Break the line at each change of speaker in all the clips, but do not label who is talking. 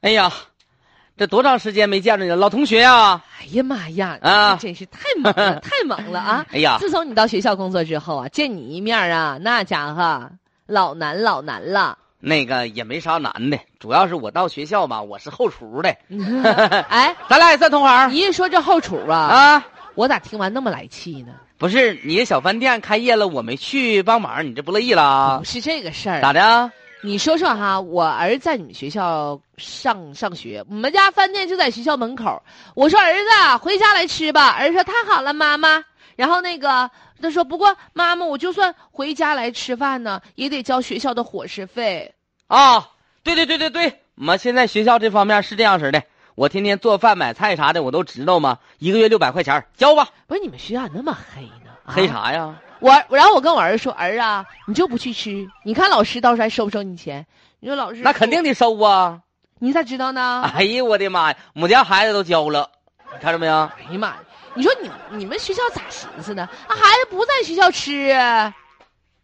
哎呀，这多长时间没见着你了，老同学呀、
哎呀妈呀！
啊
你真是太猛了，太猛了啊！
哎呀
自从你到学校工作之后啊，见你一面啊，那家伙老难老难了。
那个也没啥难的，主要是我到学校吧，我是后厨的，
哎，
咱俩也算同行
你一说这后厨啊，
啊。
我咋听完那么来气呢？
不是你这小饭店开业了，我没去帮忙，你这不乐意了啊
不？是这个事儿，
咋的？
你说说哈，我儿子在你们学校上上学，我们家饭店就在学校门口。我说儿子回家来吃吧，儿子说太好了，妈妈。然后那个他说不过妈妈，我就算回家来吃饭呢，也得交学校的伙食费。
啊，对对对对对，妈，现在学校这方面是这样式的，我天天做饭、买菜啥的，我都知道嘛，一个月六百块钱儿，交吧。
不是你们学校咋那么黑呢？啊
黑？啥呀？
我然后我跟我儿子说，儿啊，你就不去吃，你看老师到时候还收不收你钱？你说老师
那肯定
的，
得收啊！
你咋知道呢？
哎呀，我的妈呀，我们家孩子都交了，你看着没有？
哎呀妈呀！你说你你们学校咋寻思的？啊，孩子不在学校吃，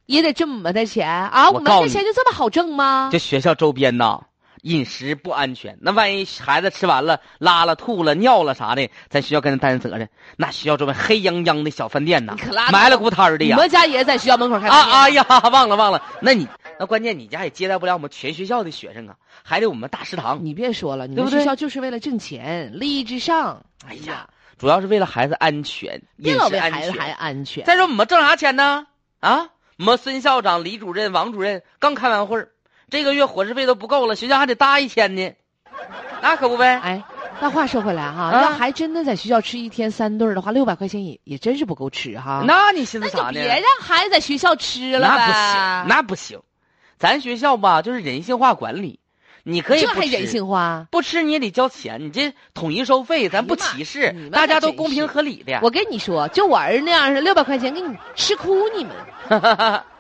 也得这么的钱啊？
我
我们
告诉
这
你
钱就这么好挣吗
这？学校周边呐，饮食不安全，那万一孩子吃完了拉了、吐了、尿了啥的，咱学校跟他担责任。那学校周围黑泱泱的小饭店呐
你可拉，倒
埋了骨摊儿的
你
呀！
们家也在学校门口开
啊哎
呀！
呀，忘了忘了，那你那关键你家也接待不了我们全学校的学生啊，还得我们大食堂。
你别说了，你
对
们
不对
学校就是为了挣钱，利益至上。
哎呀，主要是为了孩子安全，饮
别老
食
为
安
孩子
全。
还安全。
再说我们挣啥钱呢？啊，我们孙校长、李主任、王主任刚开完会儿，这个月伙食费都不够了，学校还得搭一千呢，那可不呗？
哎，那话说回来哈，
啊
要还真的在学校吃一天三顿儿的话，六百块钱也也真是不够吃哈。
那你寻
啊那
思
就
啥呢
别？让孩子在学校吃了
那
呗。
不行，那不行，咱学校吧就是人性化管理，你可以
这
不
还
吃
人性化？
不吃你也得交钱，你这统一收费，咱不
哎呀妈
歧视
你，们
大家
可
都
真
公平
是
合理的。
我跟你说，就我儿那样的六百块钱给你吃哭你们。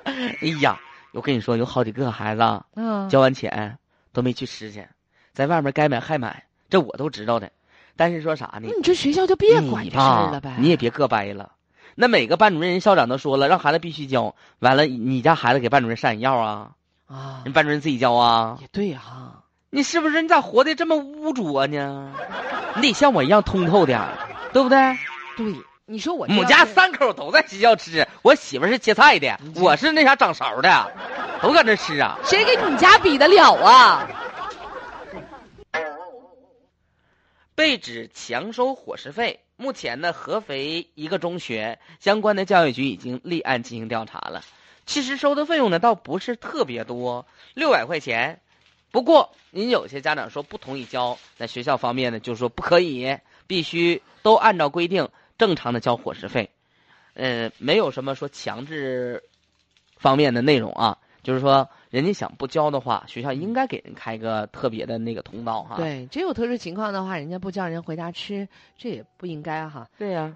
哎呀，我跟你说，有好几个孩子啊
嗯，
交完钱都没去吃去，在外面该买还买，这我都知道的。但是说啥呢
那？你这学校就别
你
管这事
吧
儿了呗。
你也别各掰了。那每个班主任、人校长都说了，让孩子必须交。完了，你家孩子给班主任上眼药啊？
啊，
人班主任自己交啊？
也对哈、
你是不是？你咋活得这么污浊呢？你得像我一样通透点儿，对不对？
对，你说我这
我
要
家
是
三口都在学校吃，我媳妇儿是切菜的，我是那啥掌勺的，都搁那吃啊。
谁跟你家比得了啊？
被指强收伙食费。目前呢，合肥一个中学相关的教育局已经立案进行调查了。其实收的费用呢，倒不是特别多，六百块钱。不过，您有些家长说不同意交，那学校方面呢，就说不可以，必须都按照规定正常的交伙食费。呃，没有什么说强制方面的内容啊，就是说人家想不交的话，学校应该给人开个特别的那个
啊
通道哈。
对，真有特殊情况的话，人家不叫人家回家吃，这也不应该哈、
对呀、